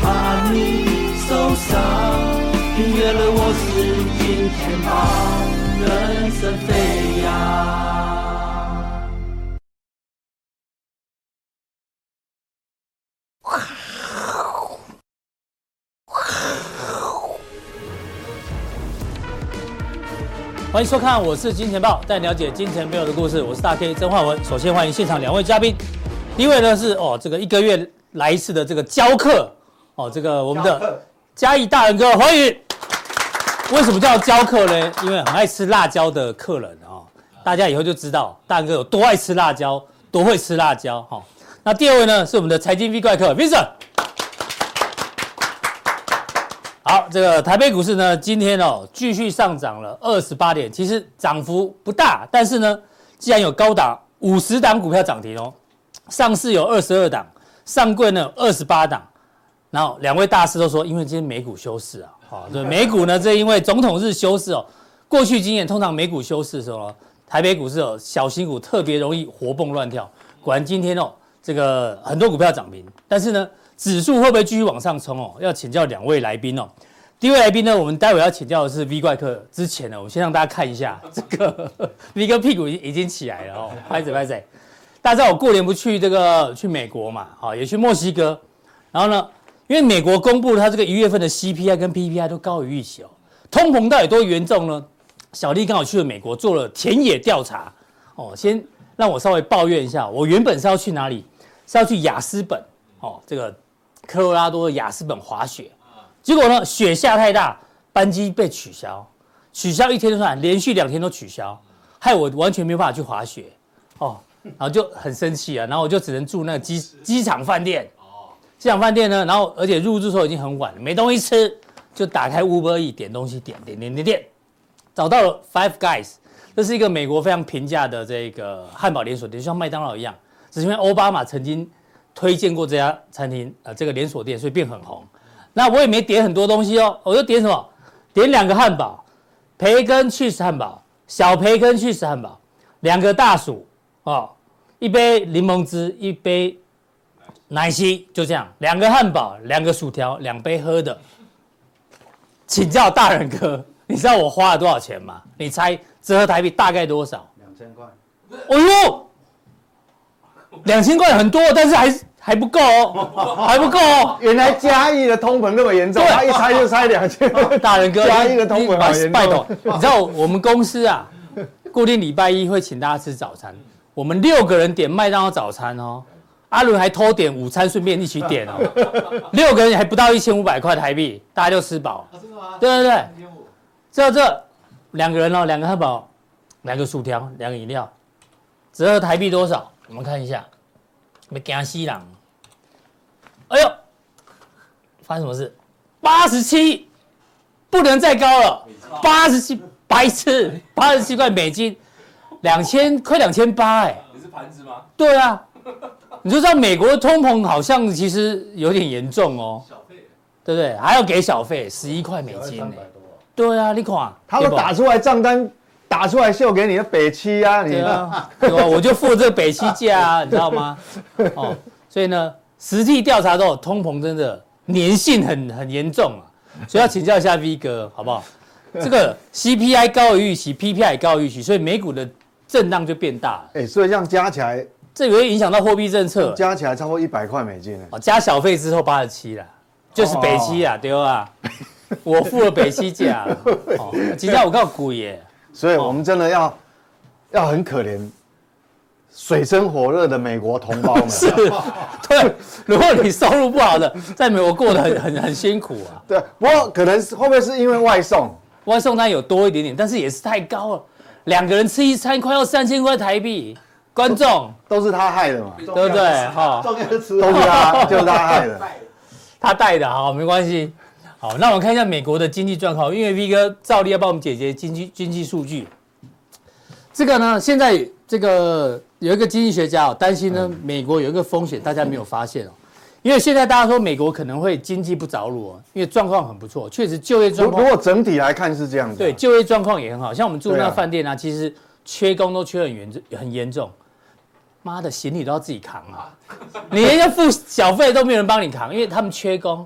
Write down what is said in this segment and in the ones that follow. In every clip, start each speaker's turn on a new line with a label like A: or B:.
A: 怕你受伤。原谅我是今天吧，人生飞扬。
B: 欢迎收看，我是金钱豹，带你了解金钱背后的故事。我是大 K 曾焕文。首先欢迎现场两位嘉宾，第一位呢是哦，这个一个月来一次的这个教课哦，这个我们的嘉义大人哥欢迎。为什么叫教课呢？因为很爱吃辣椒的客人哦，大家以后就知道大人哥有多爱吃辣椒，多会吃辣椒哈、哦。那第二位呢是我们的财经 V 怪客 Vincent。好，这个台北股市呢，今天哦继续上涨了二十八点，其实涨幅不大，但是呢，既然有高达五十档股票涨停哦，上市有二十二档，上柜呢二十八档，然后两位大师都说，因为今天美股休市啊，哦，对，美股呢，这因为总统日休市哦，过去经验通常美股休市的时候呢，台北股市哦小型股特别容易活蹦乱跳，果然今天哦这个很多股票涨停，但是呢。指数会不会继续往上冲哦？要请教两位来宾哦。第一位来宾呢，我们待会要请教的是 V 怪客。之前呢，我们先让大家看一下这个 V 哥屁股已经起来了哦，拍子拍子。大家知道我过年不去这个去美国嘛，好、也去墨西哥，然后呢，因为美国公布了它这个一月份的 CPI 跟 PPI 都高于预期哦，通膨到底多严重呢？小丽刚好去了美国做了田野调查哦，先让我稍微抱怨一下，我原本是要去哪里？是要去雅斯本哦，这个科罗拉多的雅斯本滑雪，结果呢，雪下太大，班机被取消，取消一天就算，连续两天都取消，害我完全没有办法去滑雪，哦，然后就很生气啊，然后我就只能住那个机机场饭店，机场饭店呢，然后而且入住的时候已经很晚了，没东西吃，就打开 Uber E 点东西，点点点点点，找到了 Five Guys，这是一个美国非常平价的这个汉堡连锁店，就像麦当劳一样，只是因为奥巴马曾经推荐过这家餐厅，呃，这个连锁店，所以变很红。那我也没点很多东西哦，我就点什么？点两个汉堡，培根 cheese 汉堡，小培根 cheese 汉堡，两个大薯哦，一杯柠檬汁，一杯奶昔，就这样，两个汉堡，两个薯条，两杯喝的。请教大人哥，你知道我花了多少钱吗？你猜折合台币大概多少？
C: 两千块，
B: 哎呦，两千块很多，但是还是还不够哦，还不够哦。
C: 原来嘉义的通膨那么严重，
B: 对哦
C: 他一猜就猜两 千。
B: 大人哥，
C: 加一个
B: 你
C: 通
B: 你
C: 膨
B: 拜
C: 好严重
B: 拜 托，你知道我们公司啊，固定礼拜一会请大家吃早餐，我们六个人点麦当劳早餐哦，阿伦还偷点午餐，顺便一起点哦，六个人还不到一千五百块台币，大家就吃饱。
D: 啊真的吗？
B: 对对对，
D: 今天我
B: 这这两个人哦，两个汉堡，两个薯条，两个饮料，折合台币多少？我们看一下，没惊西郎，哎呦，发生什么事？八十七，不能再高了，八十七，白痴，八十七块美金，两千快两千八哎，
D: 你是盘子吗？
B: 对啊，你就知道美国的通膨好像其实有点严重哦，
D: 小费，
B: 对不对？还要给小费十一块美金呢、对啊，你看，
C: 他
B: 对
C: 们
B: 不
C: 打出来账单，打出来秀给你的北七啊，你
B: 对啊，对吧？我就付这北七价啊，你知道吗？哦，所以呢，实际调查之后，通膨真的粘性很很严重啊，所以要请教一下 V 哥，好不好？这个 CPI 高于预期，PPI 也高于预期，所以美股的震荡就变大了，
C: 哎、所以这样加起来，
B: 这也会影响到货币政策。
C: 加起来超过一百块美金呢。欸
B: 哦，加小费之后八十七啦，就是北七啊，对吧？我付了北七价啦，哦，今天我告股耶，
C: 所以我们真的要、要很可怜，水深火热的美国同胞 们。
B: 是，对，如果你收入不好的，在美国过得很很很辛苦啊。
C: 对，不过可能是会不会是因为外送？
B: 外送单有多一点点，但是也是太高了，两个人吃一餐快要三千块台币，观众
C: 都是他害的嘛，
B: 对不对？哈、
E: 重要词
C: 都是他，就是他害 的。
B: 他带的好，没关系。好，那我们看一下美国的经济状况，因为 V 哥照例要帮我们解决经济经济数据。这个呢，现在这个有一个经济学家哦，担心呢美国有一个风险，大家没有发现哦，因为现在大家说美国可能会经济不着陆哦，因为状况很不错，确实就业
C: 如
B: 状
C: 如
B: 况
C: 果整体来看是这样子、啊
B: 对，，就业状况也很好，像我们住那
C: 对啊
B: 饭店啊，其实缺工都缺很严重，很严重。妈的，行李都要自己扛啊！你连要付小费都没有人帮你扛，因为他们缺工，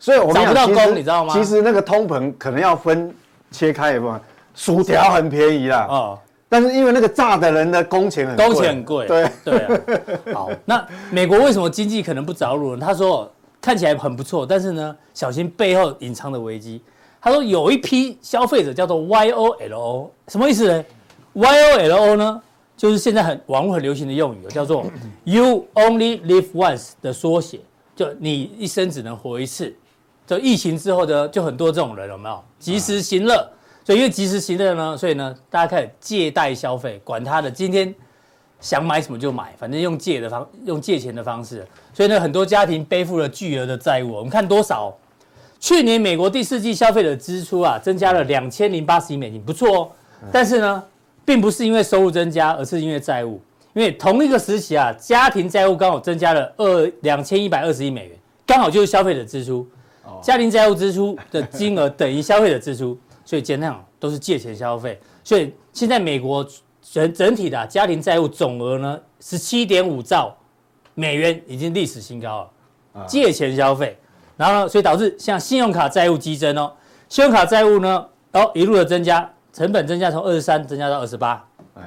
C: 所以我们
B: 找不到
C: 讲其实
B: 工你知道吗
C: 其实那个通膨可能要分切开一部分，薯条很便宜啦，
B: 哦，
C: 但是因为那个炸的人的工钱很贵
B: 工钱很贵，
C: 对，
B: 对啊。好，那美国为什么经济可能不着陆呢？他说看起来很不错，但是呢，小心背后隐藏的危机。他说有一批消费者叫做 YOLO，什么意思呢？YOLO 呢，就是现在很网络很流行的用语，哦叫做 You Only Live Once 的缩写，就你一生只能活一次。这疫情之后呢，就很多这种人有没有？及时行乐，所以因为及时行乐呢，所以呢，大家开始借贷消费，管他的，今天想买什么就买，反正用借的方用借钱的方式，所以呢，很多家庭背负了巨额的债务。我们看多少？哦去年美国第四季消费者支出啊，增加了两千零八十亿美金，不错哦。但是呢，并不是因为收入增加，而是因为债务。因为同一个时期啊，家庭债务刚好增加了二两千一百二十亿美元，刚好就是消费者支出。哦家庭债务支出的金额等于消费者支出， 所以简单讲都是借钱消费。所以现在美国整整体的啊、家庭债务总额呢，十七点五兆美元已经历史新高了，借钱消费，然后呢，所以导致像信用卡债务激增哦，信用卡债务呢，哦一路的增加，成本增加从二十三增加到二十八，
C: 哎，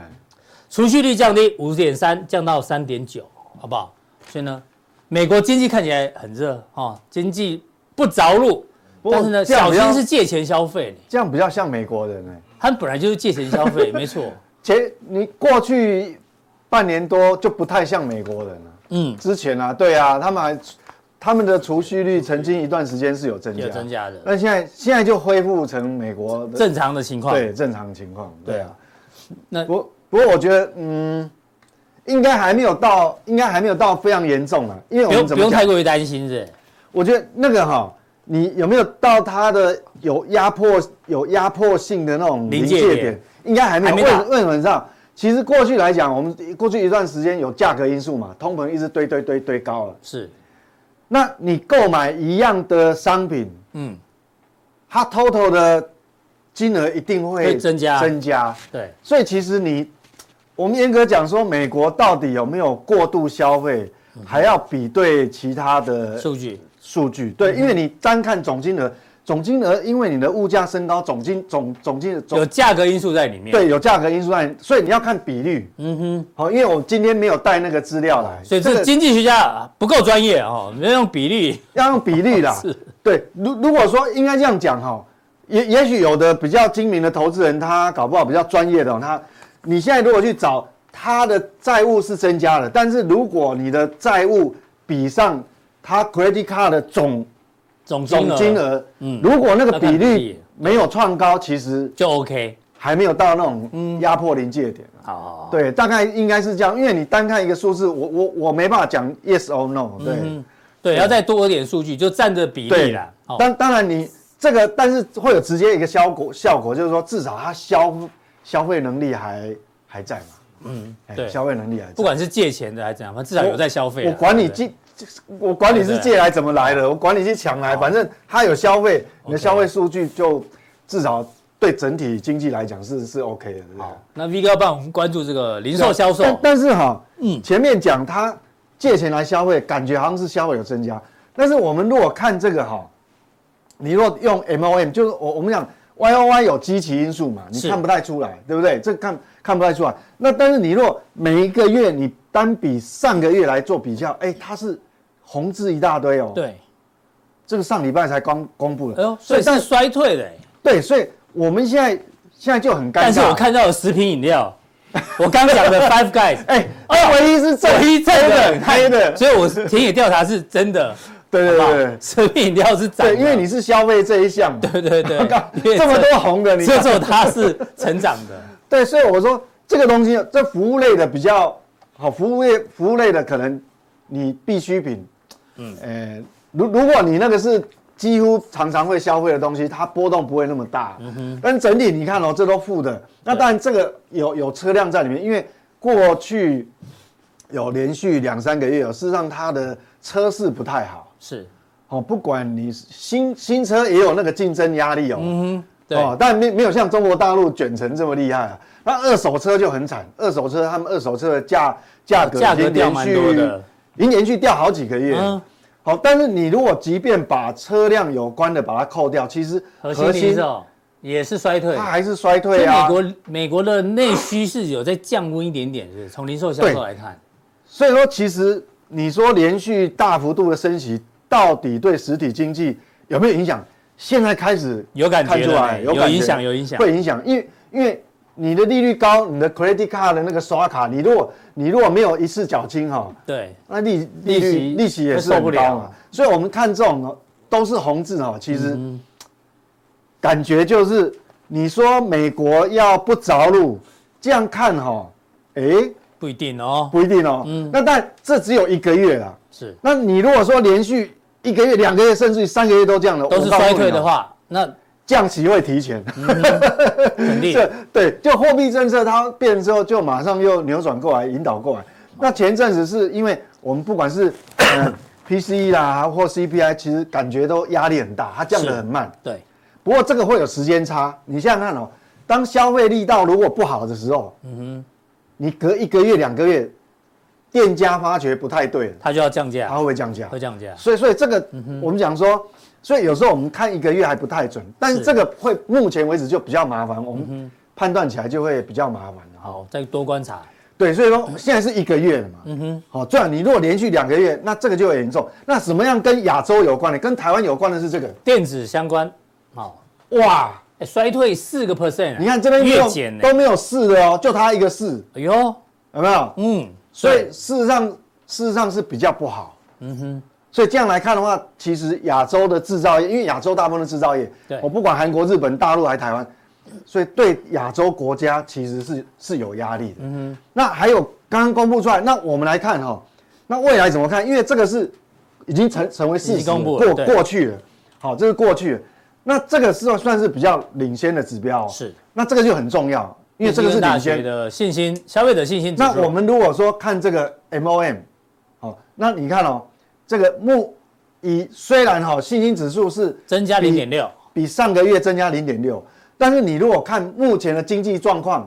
B: 储蓄率降低五点三，降到三点九，好不好？所以呢，美国经济看起来很热哦，经济不着陆，
C: 不过
B: 但是呢，
C: 这样
B: 小
C: 比较
B: 心是借钱消费呢，
C: 这样比较像美国人哎、
B: 他们本来就是借钱消 费，没错，
C: 前你过去半年多就不太像美国人了、
B: 嗯，
C: 之前啊，对啊，他们还他们的储蓄率曾经一段时间是有增加，
B: 有增加的
C: 但现在现在就恢复成美国的
B: 正常的情况。
C: 对正常情况，对啊。
B: 那
C: 不不过我觉得嗯，应该还没有到，应该还没有到非常严重啊，因为我
B: 不
C: 们
B: 用
C: 怎
B: 不
C: 么
B: 用
C: 讲
B: 太过于担心，是
C: 我觉得那个哈，你有没有到它的有压迫、有压迫性的那种
B: 临
C: 临
B: 界
C: 界
B: 点
C: 点？应该还没有。
B: 还没
C: 为
B: 到
C: 为什么你知道？其实过去来讲，我们过去一段时间有价格因素嘛，通膨一直堆堆堆堆高了。
B: 不是？是，
C: 那你购买一样的商品，
B: 嗯，
C: 它 total 的金额一定会
B: 会增加
C: 增加。
B: 对，
C: 所以其实你，我们严格讲说，美国到底有没有过度消费，还要比对其他的
B: 嗯数据嗯
C: 数据，对，因为你单看总金额，总金额因为你的物价升高，总金总总金额
B: 有
C: 总
B: 价格因素在里面。，
C: 对有价格因素在，所以你要看比率。
B: 嗯哼，
C: 好，因为我今天没有带那个资料来，
B: 所以这
C: 个
B: 经济学家啊不够专业哦，没有用比例。
C: 要用比率啦
B: 是。
C: 对，如如果说应该这样讲哈，也也许有的比较精明的投资人，他搞不好比较专业的哦，他你现在如果去找他的债务是增加了，但是如果你的债务比上他 credit card 的总
B: 总金
C: 总
B: 额
C: 金额，
B: 嗯
C: 如果
B: 那
C: 那个
B: 看
C: 比
B: 比
C: 率
B: 例
C: 没有创高，其实
B: 就 OK。
C: 还没有到那
B: 嗯
C: 种压迫临界点、啊
B: 好好好，
C: 对，大概应该是这样，因为你单看一个数字，我我我没办法讲 yes or no 对。
B: 嗯，对，要再多一点数据，就占着比例
C: 对
B: 啦。哦
C: 当当然你这个，但是会有直接一个效果，效果就是说至少它消消费能力还还在嘛，嗯，
B: 对
C: 消费能力还在。
B: 不管是借钱的还是怎样，反正至少有在消费啦。
C: 我管
B: 对
C: 你
B: 不对
C: 借，我管你是借来怎么来的，我管你是抢来，反正它有消费，你
B: 哦 OK
C: 的消费数据就至少对整体经济来讲是是 OK 的。对不对
B: 好，那 V 哥帮我们关注这个零售销售，
C: 但但是哈，
B: 嗯
C: 嗯，前面讲他借钱来消费，感觉好像是消费有增加，但是我们如果看这个哈，你若用 MOM，就是我我们讲 Y O Y 有积极因素嘛，你
B: 是
C: 看不太出来，对不对？这看看不太出来。那但是你若每一个月你单比上个月来做比较，哎，它是红字一大堆哦。，
B: 对，
C: 这个上礼拜才刚公布
B: 哎
C: 的
B: 呦，，所以
C: 但
B: 是衰退的欸。
C: 对，所以我们现在现在就很尴尬。
B: 但是我看到有食品饮料，我刚讲 的 Five Guys，
C: 哎，哎，唯一是正
B: 唯一真的
C: 黑的黑的，
B: 所以我田野调查是真的，
C: 对对
B: 好不好
C: 对对。
B: 食品饮料是涨的，
C: 对，因为你是消费这一项嘛，
B: 对对对， 因为
C: 这么多红的，你
B: 这只有它是成长的，
C: 对，所以我说这个东西，这服务类的比较好，服务业服务类的可能你必需品，嗯，呃，如如果你那个是几乎常常会消费的东西，它波动不会那么大，嗯哼，但整体你看哦，这都负的，那当然这个有有车辆在里面，因为过去有连续两三个月哦，事实上它的车市不太好。
B: 是，
C: 哦，不管你新新车也有那个竞争压力哦，
B: 嗯，对，
C: 哦，但没没有像中国大陆卷成这么厉害啊。那二手车就很惨，二手车他们二手车的价价格
B: 价
C: 已
B: 格
C: 经
B: 掉
C: 连
B: 蛮
C: 续
B: 多的
C: 已经连续掉好几个月了。
B: 嗯
C: 好，但是你如果即便把车辆有关的把它扣掉，其实
B: 核心零售也是衰退
C: 它。还是衰
B: 所以
C: 退
B: 美
C: 啊。
B: 国美国的内需是有在降温一点点，是不是从零售销售来看，
C: 所以说，其实你说连续大幅度的升息，到底对实体经济有没有影响？现在开始
B: 有感
C: 看
B: 觉
C: 出
B: 了
C: 来，
B: 没，
C: 感觉
B: 影响，有影响。
C: 会影响，因为因为你的利率高，你的 credit card 的那个刷卡，你如果你如果没有一次缴清哈、
B: 对，
C: 那利利率
B: 利息
C: 利息也是
B: 会受
C: 很
B: 不
C: 高
B: 了啊嗯
C: 嘛。所以我们看这种都是红字哦，其实感觉就是你说美国要不着陆，这样看哈、诶，
B: 不一定哦，
C: 不一定哦。那但这只有一个月啦。
B: 是
C: 那你如果说连续一个月、两个月，甚至于三个月都这样的，
B: 都是
C: 我告诉你
B: 衰
C: 哦
B: 退的，话，那
C: 降息会提前。
B: 肯定
C: 这对，就货币政策它变之后，就马上又扭转过来，引导过来。那前阵子是因为我们不管是、呃、PCE 啦或 CPI，其实感觉都压力很大，它降得很慢。
B: 对，
C: 不过这个会有时间差，你想想看哦，当消费力道如果不好的时候，嗯哼，你隔一个月两个月，店家发觉不太对了，
B: 它就要降
C: 它
B: 价，
C: 会不会降价？
B: 会降价。
C: 所以，所以这个我们讲说，所以有时候我们看一个月还不太准，但是
B: 是
C: 这个会目前为止就比较麻烦，我们判断起来就会比较麻烦哈。
B: 好，再多观察。
C: 对，所以说现在是一个月了嘛，嗯哼，好，这样你如果连续两个月，那这个就很严重。那什么样跟亚洲有关的，跟台湾有关的是这个，
B: 电子相关，好，
C: 哇，
B: 哎衰退四个 percent，啊
C: 你看这边没
B: 月
C: 有
B: 减呢
C: 都，没有四的哦，就它一个四，
B: 哎呦，
C: 有没有？
B: 嗯，
C: 所以
B: 对
C: 事实上事实上是比较不好。嗯哼，所以这样来看的话，其实亚洲的制造业，因为亚洲大部分的制造业
B: 对，
C: 我不管韩国、日本、大陆还是台湾，所以对亚洲国家其实是是有压力的。嗯哼，那还有刚刚公布出来，那我们来看哈、那未来怎么看？因为这个是已经成成为事
B: 已
C: 实
B: 经
C: 了，
B: 公布了
C: 过
B: 对
C: 过去了。好，这是过去了。那这个是算是比较领先的指标、哦，
B: 是。
C: 那这个就很重要，因为这个是
B: 大
C: 领
B: 学
C: 先。
B: 的信心，消费者信心指数。
C: 那我们如果说看这个 MOM，好、那你看哦，这个目以虽然哈、信心指数是
B: 增加
C: 比
B: 零点，六，
C: 比上个月增加零点六，但是你如果看目前的经济状况，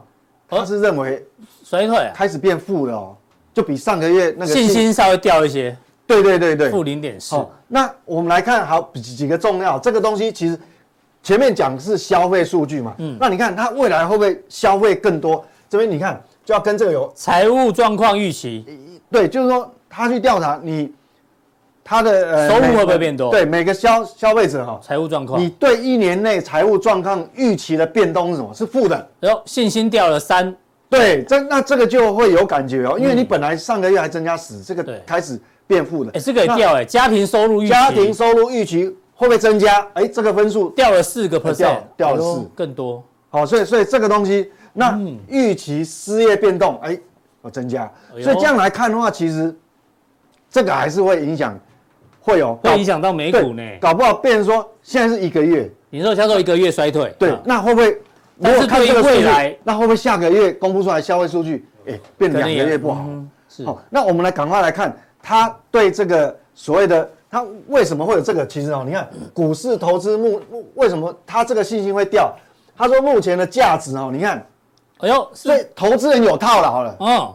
B: 哦
C: 它是认为
B: 衰退啊，
C: 开始变负了哦，就比上个月那个
B: 信心稍微掉一些，
C: 对对对对
B: 负零点四
C: 好、。那我们来看好几几个重要，这个东西其实前面讲是消费数据嘛，嗯，那你看它未来会不会消费更多？这边你看就要跟这个有
B: 财务状况预期，
C: 对，就是说他去调查你，他的呃
B: 收入
C: 每个
B: 会不会变多
C: 对，每个消消费者哈、
B: 财务状况
C: 你，对一年内财务状况预期的变动是什么？是负的。
B: 然后哎信心掉了三，
C: 对，这那这个就会有感觉哦，因为你本来上个月还增加十，这
B: 嗯对
C: 个开始变负的。
B: 哎，这个也掉哎，家庭收入预期
C: 家庭收入预期会不会增加？哎，这个分数
B: 掉了四个
C: 掉
B: percent，
C: 掉了
B: 哎呦
C: 四
B: 更多，
C: 好、所以所以这个东西，那
B: 嗯
C: 预期失业变动，哎，有增加，
B: 哎呦
C: 所以这样来看的话，其实这个还是会影响，会有
B: 会影响到美
C: 对，
B: 股呢。
C: 搞不好变成说现在是一个月，
B: 零售销售一个月衰退，
C: 对，
B: 啊
C: 那会不会？
B: 但是
C: 如果看这个
B: 对于未
C: 数据
B: 来，
C: 那会不会下个月公布出来消费数据，哎、变
B: 可
C: 两
B: 能
C: 个
B: 也
C: 月不好？
B: 嗯是
C: 好、那我们来赶快来看，他对这个所谓的他为什么会有这个？其实哦，你看股市投资目为什么他这个信心会掉？他说目前的价值哦，你看，
B: 哎呦，
C: 所
B: 是
C: 以投资人有套牢了，
B: 哦，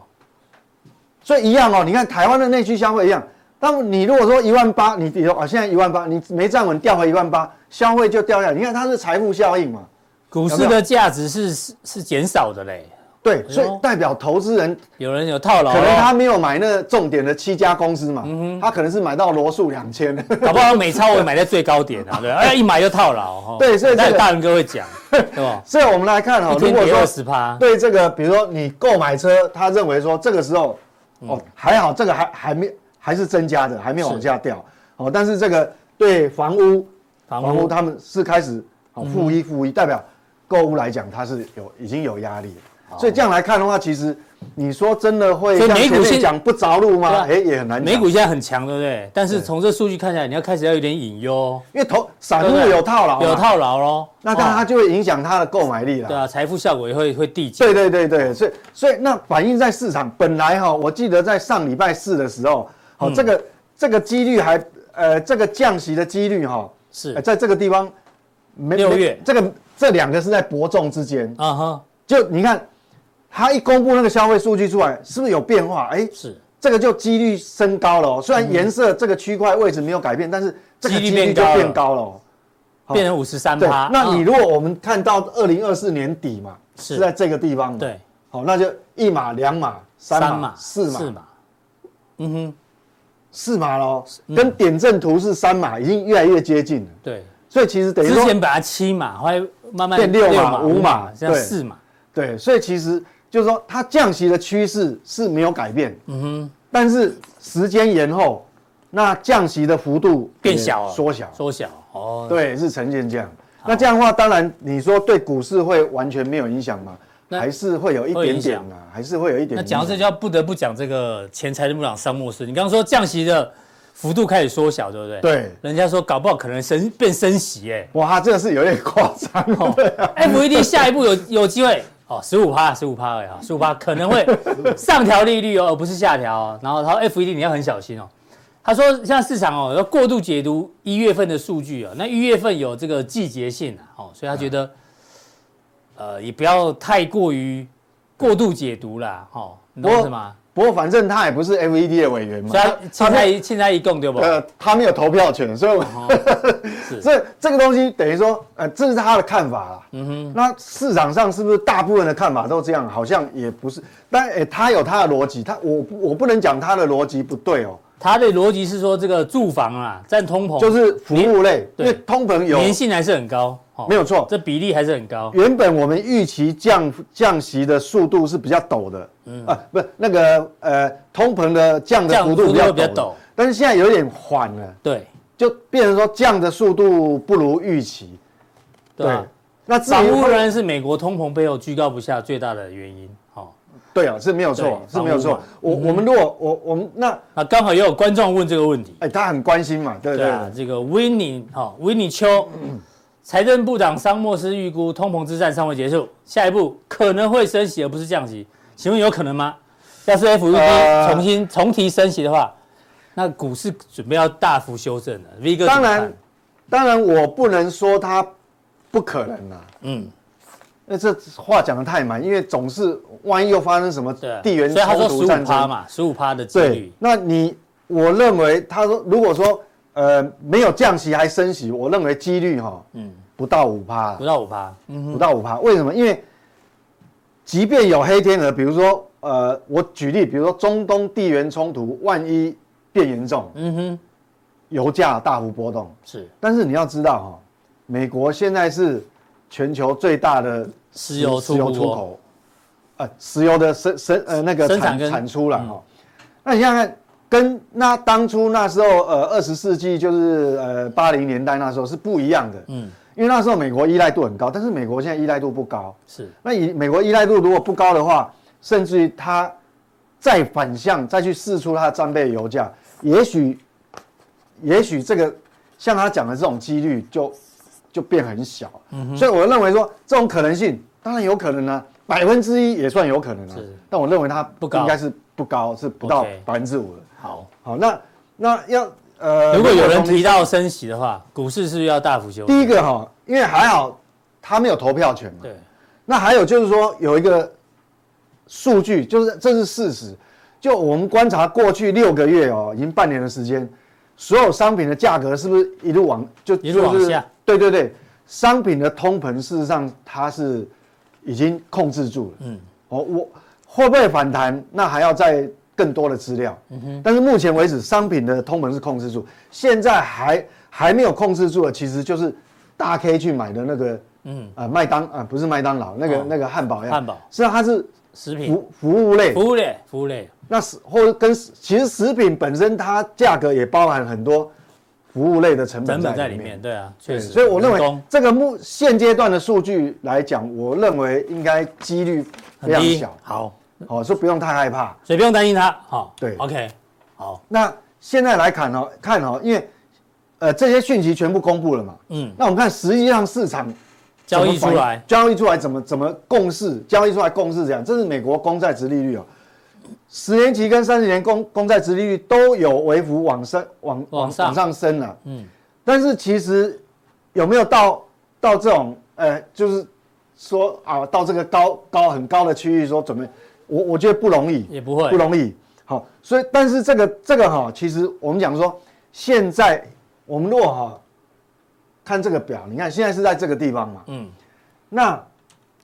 C: 所以一样哦，你看台湾的内需消费一样，当你如果说一万八，你比如啊现在一万八，你没站稳掉回一万八，消费就掉下来。你看它是财富效应嘛，
B: 股市
C: 有没
B: 的价值是是是减少的嘞，
C: 对，
B: 哎呦
C: 所以代表投资人
B: 有人有套牢
C: 可
B: 哦，
C: 能他没有买那重点的七家公司嘛，
B: 嗯
C: 他可能是买到罗素两千，
B: 搞不好美超我买在最高点啊，对，哎，一买就套牢哈。
C: 对所以这个
B: 但大人哥会讲，对 吧？
C: 所以我们来看
B: 一
C: 哦，如
B: 天
C: 果
B: 跌
C: 说
B: 二十趴，
C: 对这个，比如说你购买车，他认为说这个时候，
B: 嗯
C: 哦，还好这个还还没还是增加的，还没有往下掉，哦，但是这个对房屋
B: 房
C: 房屋
B: 屋
C: 他们是开始哦负一负一，代表购物来讲它是有已经有压力了，所以这样来看的话，其实你说真的会
B: 哦所以
C: 像
B: 美股
C: 前面
B: 现
C: 讲不着陆
B: 对
C: 吗？
B: 啊
C: 哎，也很难讲。
B: 美股现在很强，对不对？但是从这数据看起来，你要开始要有点隐忧哦，
C: 因为投散
B: 对不
C: 户
B: 对啊
C: 有套牢嘛，
B: 有套牢喽。
C: 啊那当然它
B: 哦
C: 就会影响它的购买力了。
B: 对啊，财富效果也会会递减。
C: 对对对对，所以所以那反映在市场，本来哈、我记得在上礼拜四的时候，好、
B: 嗯
C: 这个这个几率还呃这个降息的几率哈、
B: 是
C: 呃在这个地方没
B: 六
C: 没
B: 月
C: 这个这两个是在伯仲之间，
B: 啊哈，
C: 就你看它一公布那个消费数据出来，是不是有变化？哎，
B: 是
C: 这个就几率升高了哦。虽然颜色这个区块位置没有改变，但是这个
B: 几率
C: 几率
B: 变
C: 就
B: 高了
C: 变高了哦。
B: 变成五十三
C: 对
B: 趴，。
C: 那你
B: 嗯
C: 如果我们看到二零二四年底嘛，
B: 是
C: 是在这个地方嘛，
B: 对，
C: 好，那就一码、两码、三码、四
B: 四
C: 码、
B: 码，嗯哼，
C: 四码喽，
B: 嗯
C: 跟点阵图是三码，已经越来越接近了。
B: 对。
C: 所以其实等于
B: 之前
C: 说，
B: 本来七码，后来慢慢
C: 变六码五
B: 五
C: 码
B: 现在
C: 对
B: 四码，
C: 对，所以其实就是说，它降息的趋势是没有改变，嗯哼，但是时间延后，那降息的幅度
B: 变小了，
C: 也缩小，
B: 缩小哦。，
C: 对，是呈现这样。那这样的话，当然你说对股市会完全没有影响吗？
B: 那
C: 还是会有一
B: 会有
C: 点
B: 影
C: 点
B: 响
C: 啊，还是会有一点。
B: 那讲到这就要不得不讲这个前财政部长商务室，你刚刚说降息的幅度开始缩小，对不对？。
C: 对，
B: 人家说搞不好可能升变升息哎、
C: 哇，这个是有点夸张哦。对啊
B: FED E 下一步有有机会哦，十五趴，十五趴而已啊，十五趴可能会上调利率哦，而不是下调哦。然后他说 FED 你要很小心哦。他说现在市场哦要过度解读一月份的数据哦，那一月份有这个季节性啊，哦，所以他觉得、呃也不要太过于过度解读啦，哦，你懂我意思吗？
C: 不过反正他也不是 FED 的委员嘛
B: 所以，他现
C: 没有
B: 在现在一共对不？
C: 呃他没有投票权，所以我
B: 哦 是
C: 这这个东西等于说，呃，这是他的看法啦。嗯哼，那市场上是不是大部分的看法都这样？好像也不是，但诶、他有他的逻辑，他我不我不能讲他的逻辑不对哦，
B: 他的逻辑是说这个住房啊占通膨，
C: 就是服务类，
B: 对
C: 因为通膨有
B: 粘性还是很高，哦
C: 没有错
B: 这比例还是很高。
C: 原本我们预期降降息的速度是比较陡的，嗯啊，不是那个呃通膨的降的
B: 降
C: 幅度比
B: 幅
C: 较
B: 度比较
C: 陡
B: 陡
C: 的，但是现在有点缓了，
B: 对
C: 就变成说降的速度不如预期。
B: 对吧，
C: 那至
B: 房
C: 于
B: 屋
C: 会
B: 仍然是美国通膨背后居高不下最大的原因。哦，
C: 对啊，是没有错，
B: 对
C: 是没
B: 房屋
C: 有
B: 嗯
C: 错
B: 嘛。
C: 我我们如果我我们那
B: 那刚好也有观众问这个问题。
C: 哎，他很关心嘛，对不
B: 对
C: 对？嗯
B: 啊，这个 Winnie 哈 Winnie 秋，财政部长桑莫斯预估通膨之战尚未结束，下一步可能会升息而不是降息，请问有可能吗？要是 FED
C: 呃
B: 重新重提升息的话，那股市准备要大幅修正了。V 哥怎
C: 当
B: 么看
C: 然，当然我不能说他不可能啦、
B: 嗯，
C: 那这话讲的太满，因为总是万一又发生什么
B: 对啊，
C: 地缘
B: 所以他
C: 冲
B: 说
C: 突
B: 十
C: 战
B: 五趴
C: 争，
B: 嘛，十五趴的几
C: 对
B: 率，，
C: 那你我认为他说如果说呃没有降息还升息，我认为几率哈、
B: 嗯，
C: 不到五趴啦
B: 不，到五趴，嗯
C: 不到五趴。为什么？因为即便有黑天鹅，比如说呃，我举例，比如说中东地缘冲突，万一变严重，
B: 嗯哼，
C: 油价大幅波动，
B: 是
C: 但是你要知道哈、美国现在是全球最大的
B: 石油出
C: 石油
B: 口
C: 出口，呃，石油的生生呃那个
B: 生产
C: 产
B: 跟嗯
C: 产出了哈、那你想想看，跟那当初那时候呃二十世纪就是呃八零年代那时候是不一样的，
B: 嗯
C: 嗯，因为那时候美国依赖度很高，但是美国现在依赖度不高。
B: 是。
C: 那以美国依赖度如果不高的话，甚至于它再反向再去试出它的战备油价，也许也许这个像他讲的这种几率就就变很小。
B: 嗯
C: 所以我认为说这种可能性当然有可能啊，百分之一也算有可能啊
B: 是。
C: 但我认为它
B: 不高
C: 应该是不高，是不到
B: OK
C: 百分之五的。
B: 好，
C: 好，那那要呃，
B: 如果有人提
C: 到
B: 到升息的话，股市是不是要大幅修正？
C: 第一个哈，因为还好他没有投票权嘛，
B: 对，
C: 那还有就是说有一个数据，就是这是事实。就我们观察过去六个月哦，已经半年的时间，所有商品的价格是不是一路往就
B: 一路往
C: 就是
B: 下
C: 对对对，商品的通膨事实上它是已经控制住了。
B: 嗯，
C: 哦，我会不会反弹？那还要再更多的资料。但是目前为止，商品的通膨是控制住，现在还还没有控制住的，其实就是大 K 去买的那个，
B: 嗯
C: 嗯，啊，麦当啊，不是麦当劳，那个、
B: 哦
C: 那个汉堡一样，
B: 汉堡
C: 实际上它是
B: 食品
C: 服服务类
B: 服，务类，服务类，
C: 那是或者跟其实食品本身它价格也包含很多服务类的成
B: 成
C: 本
B: 本
C: 嗯在
B: 在
C: 里
B: 里
C: 面
B: 面，。对啊，确实。
C: 所以我认
B: 人
C: 为
B: 工
C: 这个目现阶段的数据来讲，我认为应该几率非
B: 很
C: 常
B: 低
C: 小，，
B: 好，
C: 哦，说不用太害怕。
B: 所以不用担心它。好，
C: 对
B: ，OK，好，
C: 那现在来看哦，看哦，因为呃这些讯息全部公布了嘛，
B: 嗯，
C: 那我们看实际上市场
B: 交易出
C: 怎么反
B: 来
C: 应，交易出来怎么怎么共识，交易出来共识这样，这是美国公债值利率哦，十年期跟三十年公公债值利率都有微幅往升往
B: 往上
C: 往上升了、
B: 嗯，
C: 但是其实有没有到到这种呃，就是说啊，到这个高高很高的区域说准备，我我觉得不容易，
B: 也不会
C: 不容易。好、所以但是这个这个哈、其实我们讲说，现在我们如果哈、看这个表，你看现在是在这个地方嘛，
B: 嗯，
C: 那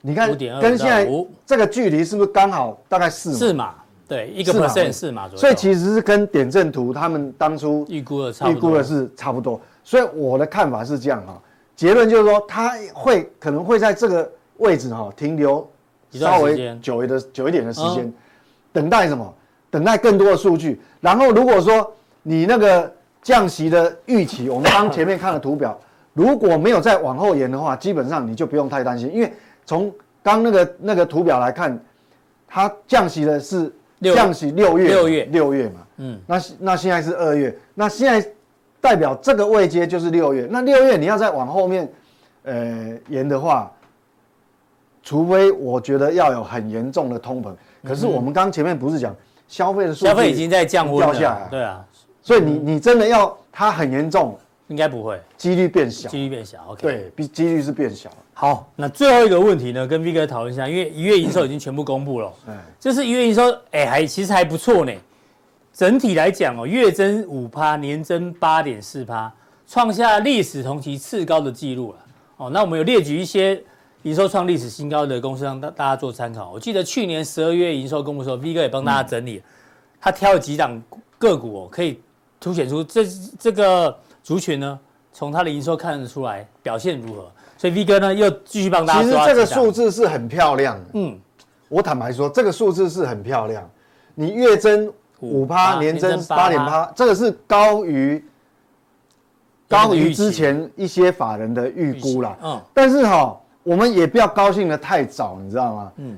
C: 你看
B: 5.25
C: 跟现在
B: 到5
C: 这个距离是不是刚好大概四
B: 四码，对，一个
C: 四码
B: percent 四码左右，
C: 所以其实是跟点阵图他们当初
B: 预估的差不
C: 预
B: 多
C: 估的是差不多。所以我的看法是这样哈、结论就是说它会可能会在这个位置哈、停留
B: 一段
C: 稍
B: 时
C: 微
B: 间嗯
C: 久一的久一点的时间，等待什么？等待更多的数据。然后如果说你那个降息的预期，我们刚前面看的图 表，如果没有再往后延的话，基本上你就不用太担心，因为从刚那个那个图表来看，它降息的是
B: 六
C: 降息六月嘛
B: 六月
C: 六月嘛，
B: 嗯
C: 嗯，那那现在是二月，那现在代表这个位阶就是六月，那六月你要再往后面，呃，延的话，除非我觉得要有很严重的通膨，可是我们刚前面不是讲消费的
B: 嗯
C: 数据
B: 消费已经在降温
C: 掉
B: 了，
C: 下来，
B: 对啊，
C: 所以你你真的要它很严重，
B: 应该不会，
C: 几率变小，
B: 几率变小，OK，
C: 对比几率是变小，
B: 好，那最后一个问题呢，跟 V 哥讨论一下，因为一月营收已经全部公布了，
C: 哎，
B: 就是一月营收，哎、还其实还不错呢。整体来讲哦，月增五趴，年增八点四趴，创下历史同期次高的记录了。哦，那我们有列举一些营收创历史新高的公司，让大大家做参考。我记得去年十二月营收公布的时候，V 哥也帮大
C: 嗯
B: 家整理，他挑了几档个股哦，可以凸显出这这个族群呢，从它的营收看得出来表现如何。所以 V 哥呢又继续帮大家
C: 其实
B: 抓
C: 这个
B: 几档
C: 数，字是很漂亮的，
B: 嗯，
C: 我坦白说，这个数字是很漂亮。你月增五
B: 5%
C: 趴，年增
B: 年增
C: 八点
B: 8%
C: 八，这个是高于高于之前一些法人的预估啦。
B: 嗯，
C: 但是哈、我们也不要高兴的太早，你知道吗？
B: 嗯
C: 嗯，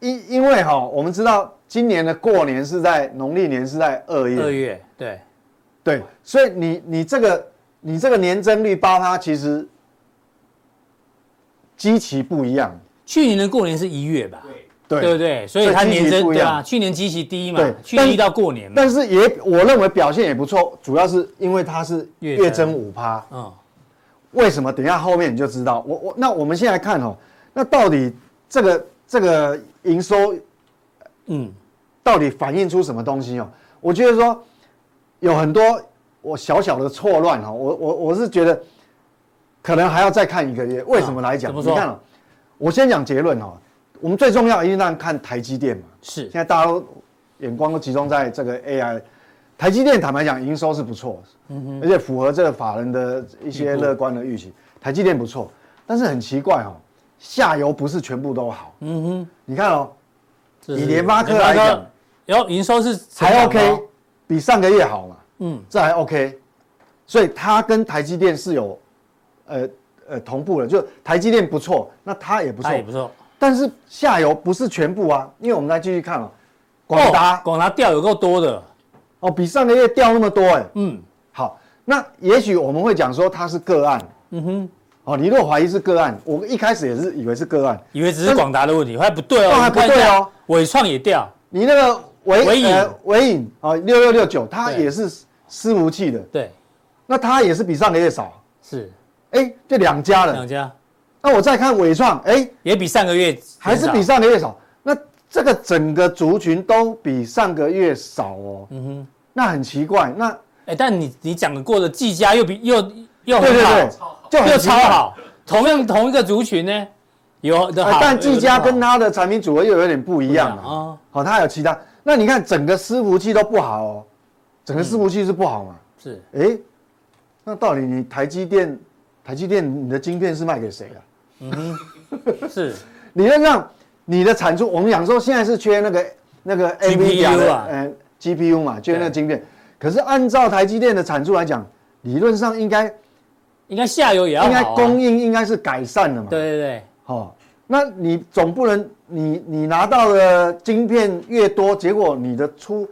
C: 因因为哈、我们知道今年的过年是在农历年是在二月，
B: 二月对。
C: 对，所以你你这个你这个年增率八趴，其实基期不一样，
B: 去年的过年是一月吧？
C: 对
B: 对不对？所以它
C: 所以基期
B: 年增
C: 不一
B: 对
C: 样
B: 啊，去年基期低嘛
C: 对，
B: 去
C: 但
B: 年一到过年嘛
C: 但，是也我认为表现也不错，主要是因为它是
B: 月
C: 月
B: 增
C: 增五趴。
B: 嗯，
C: 为什么？等一下后面你就知道。我我那我们现在看哦，那到底这个这个营收
B: 嗯，
C: 到底反映出什么东西哦？我觉得说有很多我小小的错乱哈、哦，我我我是觉得可能还要再看一个月。为什么来讲？
B: 啊怎么
C: 你
B: 说
C: 看哦，我先讲结论哦。我们最重要一定让看台积电嘛。
B: 是
C: 现在大家都眼光都集中在这个 AI，台积电坦白讲营收是不错，
B: 嗯
C: 而且符合这个法人的一些乐观的预期，台积电不错，但是很奇怪哦，下游不是全部都好，
B: 嗯哼，
C: 你看哦，
B: 这
C: 以联发科来讲，
B: 然后营收是成
C: 还
B: 长
C: OK，
B: 哦
C: 比上个月好嘛，
B: 嗯，
C: 这还 OK，所以它跟台积电是有，呃呃同步的，就台积电不错，那它也不错
B: 哎它，也不错。
C: 但是下游不是全部啊，因为我们再继续看哦，广达
B: 哦广达掉有够多的，
C: 哦比上个月掉那么多哎、
B: 嗯
C: 好，那也许我们会讲说它是个案
B: 嗯哼，
C: 哦。你如果怀疑是个案，我一开始也是以为是个案。
B: 以为只是广达的问题，后来不对哦，
C: 后来不对
B: 你
C: 哦
B: 看一下，伟创也掉，
C: 你那个维
B: 微影
C: 呃微影哦六六六九，它
B: 对
C: 也是伺服器的，
B: 对，
C: 那它也是比上个月少，
B: 是
C: 哎、就两家
B: 两
C: 了。
B: 家
C: 那我再看伟创，哎、
B: 也比上个月
C: 还是
B: 减少
C: 比上个月少。那这个整个族群都比上个月少哦，
B: 嗯哼，
C: 那很奇怪。那
B: 哎，但你你讲的过的技嘉又比又又
C: 对
B: 很
C: 对对
B: 好，，
C: 就很
B: 又
C: 奇
B: 超
C: 怪。
B: 好，同样同一个族群呢，有的
C: 哎
B: 好，
C: 但技嘉跟
B: 它
C: 它的产品组合又有点不一样啊。
B: 啊，
C: 好、它还有其他。那你看整个伺服器都不好哦，整个伺服器是不好嘛？
B: 是
C: 诶，那到底你台积电，台积电你的晶片是卖给谁啊？
B: 是，
C: 理论上你的产出，我们讲说现在是缺那个那个
B: GPU
C: NVIDIA 的
B: 啊
C: 呃 GPU 嘛，缺那个
B: 对
C: 晶片。可是按照台积电的产出来讲，理论上应该、
B: 应该下游也要
C: 应该
B: 好啊
C: 供应应该是改善的嘛。
B: 对，啊对对，
C: 哦，那你总不能你你拿到的晶片越多，结果你的出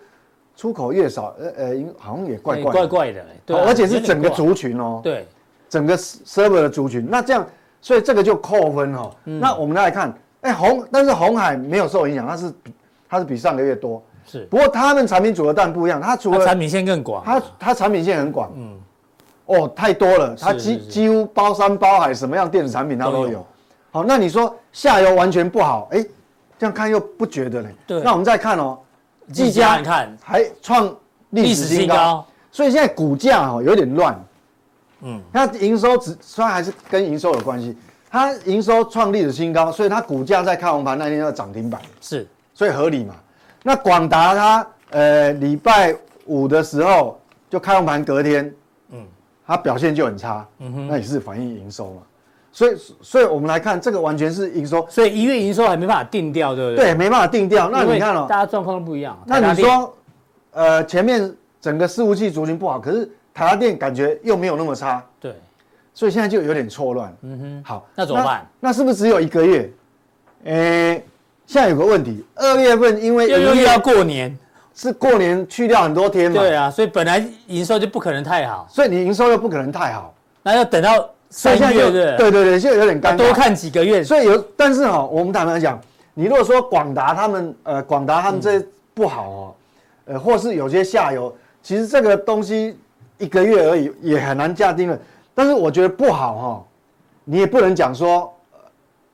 C: 出口越少，呃呃，因好像也怪
B: 哎
C: 怪
B: 怪
C: 的
B: 怪的，对啊，
C: 哦而且是
B: 有点
C: 整个
B: 怪
C: 族群哦，
B: 对，
C: 整个 server 的族群，那这样，所以这个就扣分哦。
B: 嗯
C: 那我们来看，哎，红，但是红海没有受影响，它是比它是比上个月多，
B: 是
C: 不过他们产品组合但不一样，它除
B: 它
C: 了
B: 产品线更广，
C: 它它产品线很广，嗯，哦，太多了，它
B: 是
C: 几
B: 是
C: 几乎包山包海，什么样电子产品它
B: 都
C: 都
B: 有
C: 有。好，那你说下游完全不好，哎，这样看又不觉得嘞。
B: 对
C: 那我们再看哦，
B: 技嘉你看
C: 还创历
B: 历
C: 史
B: 史
C: 新
B: 新
C: 高，
B: 高，
C: 所以现在股价哦有点乱，
B: 嗯，
C: 它营收只虽然还是跟营收有关系，它营收创历史新高，所以它股价在开红盘那天要涨停板，
B: 是
C: 所以合理嘛。那广达它呃礼拜五的时候就开红盘，隔天
B: 嗯
C: 它表现就很差，那也是反映营收嘛。所以所以我们来看这个完全是营收，
B: 所以一月营收还没办法定掉，对不对？
C: 对，没办法定调。那
B: 因为
C: 你看哦，
B: 大家状况都不一样。啊
C: 那
B: 台达
C: 你
B: 电
C: 说，呃，前面整个伺服器族群不好，可是台达电感觉又没有那么差，
B: 对，
C: 所以现在就有点错乱。
B: 嗯哼，
C: 好，
B: 那怎么办
C: 那？那是不是只有一个月？诶、现在有个问题，二月份因为
B: 又又
C: 营
B: 又
C: 业
B: 要过年，
C: 是过年去掉很多天嘛，
B: 对啊，所以本来营收就不可能太好，
C: 所以你营收又不可能太好，
B: 那要等到
C: 所
B: 三
C: 以现在
B: 月
C: 就
B: 对不
C: 对对对，现在有点尴尬。
B: 多看几个月，
C: 所以有，但是哈、我们坦白讲，你如果说广达他们，呃，广达他们这不好哦，呃，或是有些下游，其实这个东西一个月而已，也很难下定论。但是我觉得不好哈、你也不能讲说，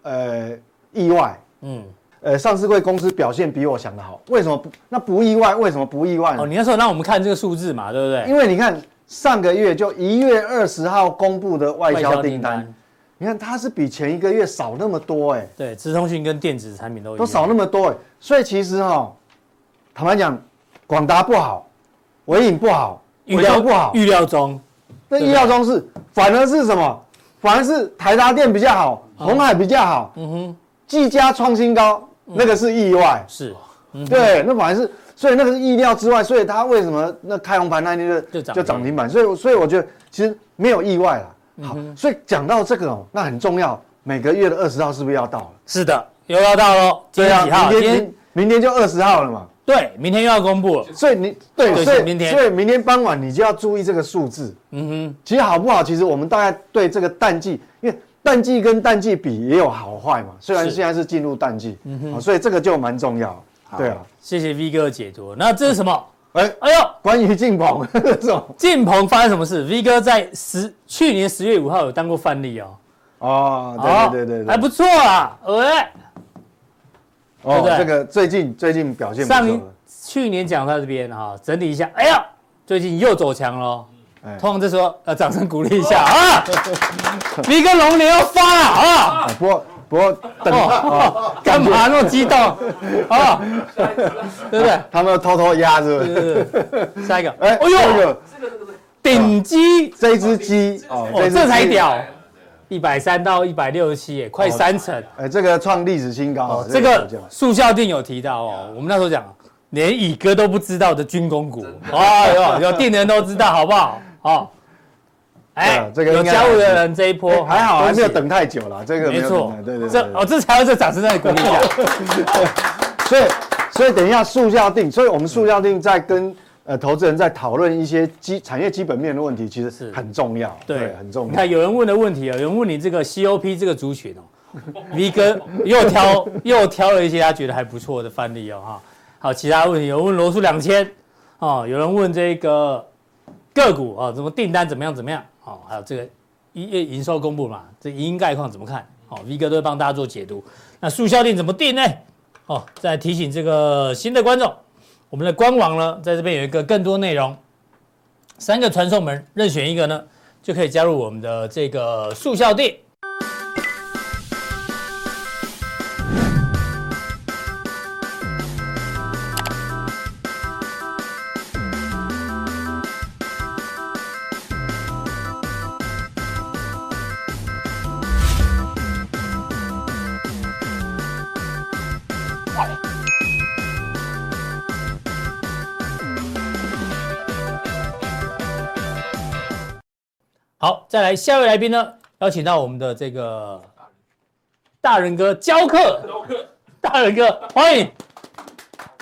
C: 呃，意外，
B: 嗯，
C: 呃，上市贵公司表现比我想的好，为什么不？那不意外，为什么不意外呢？
B: 哦，你那时候让我们看这个数字嘛，对不对？
C: 因为你看上个月就一月二十号公布的外销订单，你看它是比前一个月少那么多哎、
B: 对，资通讯跟电子产品都一
C: 都
B: 样
C: 少那么多哎，所以其实哈、坦白讲，广达不好，伟影不好，
B: 预
C: 伟
B: 料
C: 创不好，
B: 预料中，
C: 那
B: 对
C: 意料中是，反而是什么？反而是台达电比较好，红海比较好，
B: 嗯哼，
C: 技嘉创新高，那个是意外，
B: 是嗯
C: 对，那反而是，所以那个是意料之外，所以它为什么那开红盘那天
B: 就
C: 就
B: 涨停
C: 就涨停板？所以所以我觉得其实没有意外
B: 嗯
C: 啦。好，所以讲到这个哦，那很重要，每个月的二十号是不是要到了？
B: 是的，又要到喽，今天几号？
C: 明
B: 啊今
C: 天
B: 天
C: 明明天就二十号了嘛。
B: 对，明天又要公布了，
C: 所以你对，
B: 对
C: 所以
B: 是明天
C: 所以明天傍晚你就要注意这个数字。
B: 嗯
C: 其实好不好？其实我们大概对这个淡季，因为淡季跟淡季比也有好坏嘛。虽然
B: 是嗯
C: 现在是进入淡季，好所以这个就蛮重要。
B: 哼，
C: 对啊，
B: 谢谢 V 哥的解读。那这是什么？
C: 哎，
B: 哎呦，
C: 关于进鹏 这种
B: 晋鹏发生什么事？V 哥在十去年十月五号有当过范例哦，
C: 哦，
B: 哦
C: 对对对对对，
B: 还不错啊，喂。对
C: 哦
B: 不对，
C: 这个最近最近表现不
B: 上一
C: 错，
B: 去年讲到这边哈，整理一下，哎呀，最近又走强喽。
C: 哎
B: 通常这时候呃，掌声鼓励一下 啊！你跟龙年要发了啊！
C: 啊不过不过等
B: 哦， 干嘛那么激动啊？对不对？
C: 他们偷偷压是不
B: 对
C: 是？
B: 对对下一个，
C: 哎，
B: 哎
C: 这
B: 呦，
C: 个
B: 顶级
C: 这一只鸡哦
B: 哦，这才。
C: 只鸡
B: 屌，一百三到一百六十七，快三成。
C: 哎，这个创历史新高
B: 哦这个
C: 股价
B: 速效定有提到哦，我们那时候讲，连乙哥都不知道的军工股，哦，有有定人都知道，好不好？哦，
C: 对
B: 哎
C: 啊，这个
B: 有
C: 应该
B: 加入的人这一波
C: 还好还没有，等
B: 恭
C: 太久了，这个
B: 喜没
C: 有等
B: 错
C: 太，对对
B: 这
C: 对
B: 哦，这才要这掌声再鼓励一下，
C: 所以所以等一下速效定，所以我们速效定在跟呃投资人在讨论一些基产业基本面的问题，其
B: 是
C: 实很重要，
B: 对，
C: 很重
B: 你
C: 要
B: 看。有人问的问题啊，有人问你这个 COP 这个族群哦，V 哥又挑又挑了一些他觉得还不错的范例哦哈。好，其他问题有人问罗素两千哦，有人问这个个股啊、哦，怎么订单怎么样怎么样哦，还有这个一月营收公布嘛，这营运概况怎么看？哦，V 哥都会帮大家做解读。那速效定怎么定呢？哦，再提醒这个新的观众，我们的官网呢，在这边有一个更多内容，三个传送门，任选一个呢，就可以加入我们的这个速效店。好，再来下一位来宾呢，邀请到我们的这个大人哥教课，大人哥欢迎。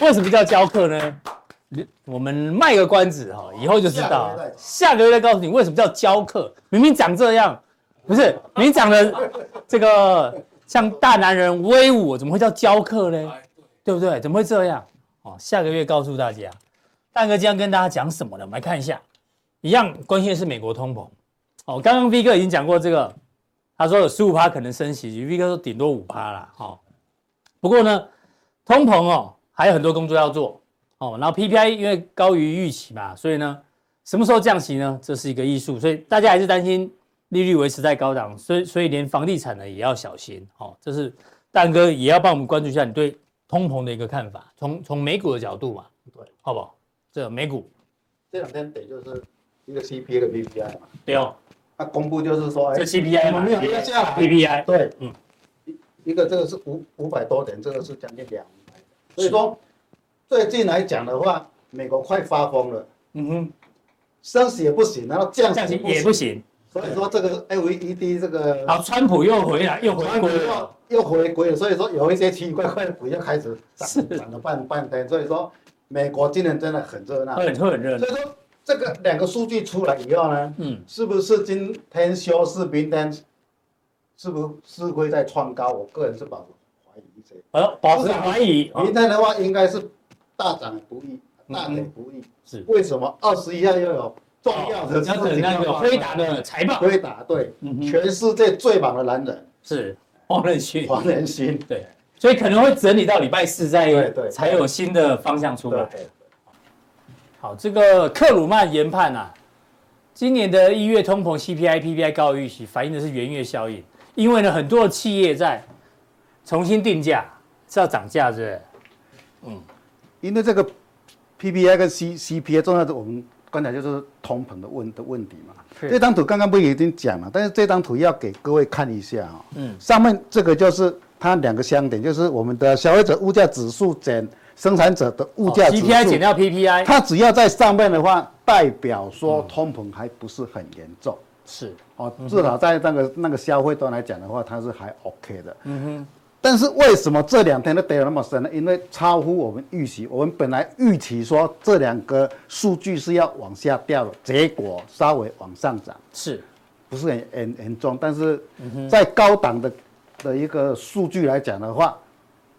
B: 为什么叫教课呢？我们卖个关子哈，以后就知道
D: 下个月再。讲
B: 下个月再告诉你为什么叫教课。明明长这样，不是明明长得这个 像大男人威武，怎么会叫教课呢？对不对？怎么会这样？哦，下个月告诉大家。蛋哥今天跟大家讲什么呢？我们来看一下，一样关键是美国通膨。哦，刚刚 V 哥已经讲过这个，他说有十五趴可能升息，V 哥说顶多五趴啦。哦，不过呢，通膨哦还有很多工作要做哦，然后 PPI 因为高于预期嘛，所以呢，什么时候降息呢？这是一个艺术，所以大家还是担心利率维持在高档，所以所以连房地产呢也要小心哦。这是蛋哥也要帮我们关注一下你对通膨的一个看法，从从美股的角度嘛，
D: 对，
B: 好不好？这个美股
D: 这两天得就是一个 CPI 的 PPI 嘛，
B: 对哦，
D: 那公布就是说，哎
B: 这 CPI
D: 我
B: 嘛
D: 们没有压下来，
B: ，PPI
D: 对，
B: 嗯
D: 嗯，一个这个是五五百多点，这个是将近两百，所以说最近来讲的话，美国快发疯了，
B: 嗯哼，
D: 升息也不行，然后降
B: 降
D: 息
B: 息也不，行。
D: 所以说这个 LED 这个
B: 然后川普又回来，又回
D: 川普
B: 归
D: 又
B: 了。
D: 又回归了，所以说有一些奇奇怪怪的股又开始涨涨了半半天，所以说美国今年真的很热闹
B: 会，很会很热闹
D: 所以。说这个两个数据出来以后呢，
B: 嗯，
D: 是不是今天休市，明天是不是会再创高？我个人是保怀疑这个。
B: 好了，保持怀疑。哦
D: 明天的话应该是大涨不易，大
B: 嗯
D: 跌不易。
B: 是
D: 为什么二十一号又有重要的事
B: 要等
D: 情
B: 那
D: 要
B: 个
D: 发生
B: 辉达的财报。
D: 辉达对，
B: 嗯哼
D: 全世界最忙的男人
B: 是黄仁勋。
D: 黄仁勋。
B: 对，所以可能会整理到礼拜四再
D: 对对
B: 才有新的方向出来
D: 对。对
B: 好，这个克鲁曼研判啊，今年的一月通膨 CPI、PPI 高于预期，反映的是元月效应。因为呢，很多的企业在重新定价是要涨价，是不是？
D: 因为这个 PPI 跟 C CPI 重要的，我们刚才就是通膨的问的问题嘛。
B: 是
D: 这张图刚刚不也已经讲了，但是这张图要给各位看一下啊、
B: 嗯
D: 嗯，上面这个就是它两个相点，就是我们的消费者物价指数减生产者的物价指数。
B: CPI 减掉 PPI
D: 它只要在上面的话，代表说通膨还不是很严重。
B: 是
D: 哦，至少在那个那个消费端来讲的话，它是还 OK 的。嗯哼。但是为什么这两天都跌得那么深呢？因为超乎我们预期，我们本来预期说这两个数据是要往下掉的，结果稍微往上涨，
B: 是，
D: 不是很很严重，但是在高档的的一个数据来讲的话，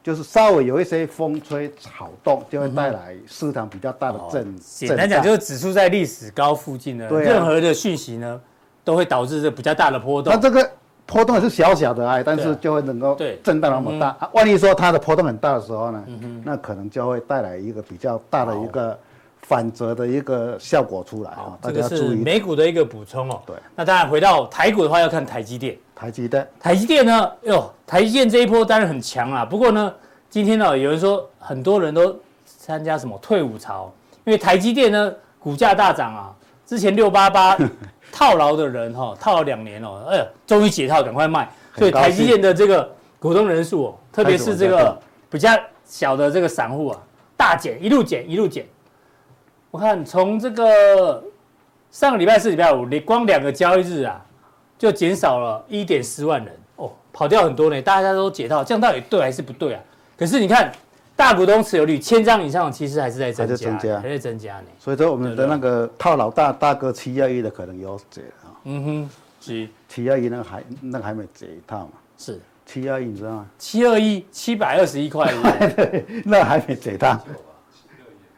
D: 就是稍微有一些风吹草动，就会带来市场比较大的震。
B: 哦简单讲就是
D: 是
B: 指数在历史高附近呢，
D: 对啊
B: 任何的讯息呢都会导致这比较大的波动
D: 它。这个波动也是小小的哎，但
B: 对
D: 是
B: 啊
D: 就会能够
B: 对嗯
D: 震荡那么大。啊万一说它的波动很大的时候呢，那可能就会带来一个比较大的一个反折的一个效果出来啊，大
B: 这个
D: 家要
B: 是
D: 注意。
B: 美股的一个补充哦。
D: 对，
B: 那当然回到台股的话，要看台积电。
D: 台积电
B: 台积电呢，哟，台积电这一波当然很强啦。不过呢，今天呢、有人说很多人都参加什么退伍潮，因为台积电呢股价大涨啊，之前六八八套牢的人哈、套了两年哦，哎呀，终于解套，赶快卖。所以
D: 很高兴
B: 台积电的这个股东人数、哦，特别是这
D: 开始往下
B: 个
D: 掉
B: 比较小的这个散户啊，大减，一路减，一路减。我看从这个上个礼拜四、礼拜五，你光两个交易日啊，就减少了一点四万人哦，跑掉很多呢。大家都解套，这样到底对还是不对啊？可是你看，大股东持有率千张以上，其实还是在增加，
D: 还在增加
B: 还在增加呢。
D: 所以说我们的那个套老大大哥七幺一的可能有解啊，
B: 嗯哼，是
D: 七幺一那个还那个还没解套嘛，
B: 是，
D: 七幺一你知道吗？
B: 七二一七百二十一 块，
D: 那还没解套，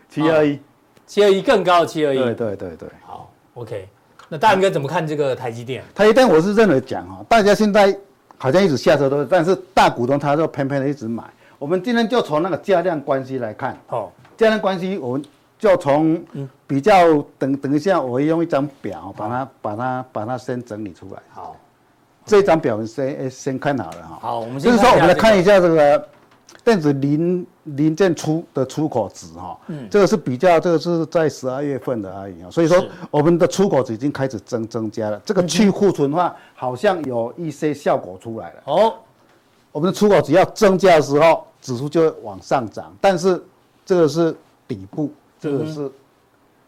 D: 七幺
B: 啊
D: 一，
B: 七二一更高的七二
D: 对
B: 一。
D: 对对对。
B: 好，OK，那大明哥怎么看这个台积电？
D: 台积电我是认为讲哈，大家现在好像一直下车都是，但是大股东他就偏偏的一直买。我们今天就从那个价量关系来看，
B: 哦，
D: 价量关系我们就从比较等等一下，我会用一张表把它把它把它先整理出来。
B: 好，
D: 这张表我们先诶先看好了哈。
B: 好我们先
D: 就是说
B: 看一下
D: 我们来
B: 这个
D: 看一下这个电子零零件出的出口值哈，
B: 嗯
D: 这个是比较这个是在十二月份的而已啊，所以说
B: 是嗯
D: 我们的出口值已经开始增增加了，这个去库存化好像有一些效果出来了。
B: 哦，
D: 我们的出口只要增加的时候，指数就会往上涨，但是这个是底部，这个是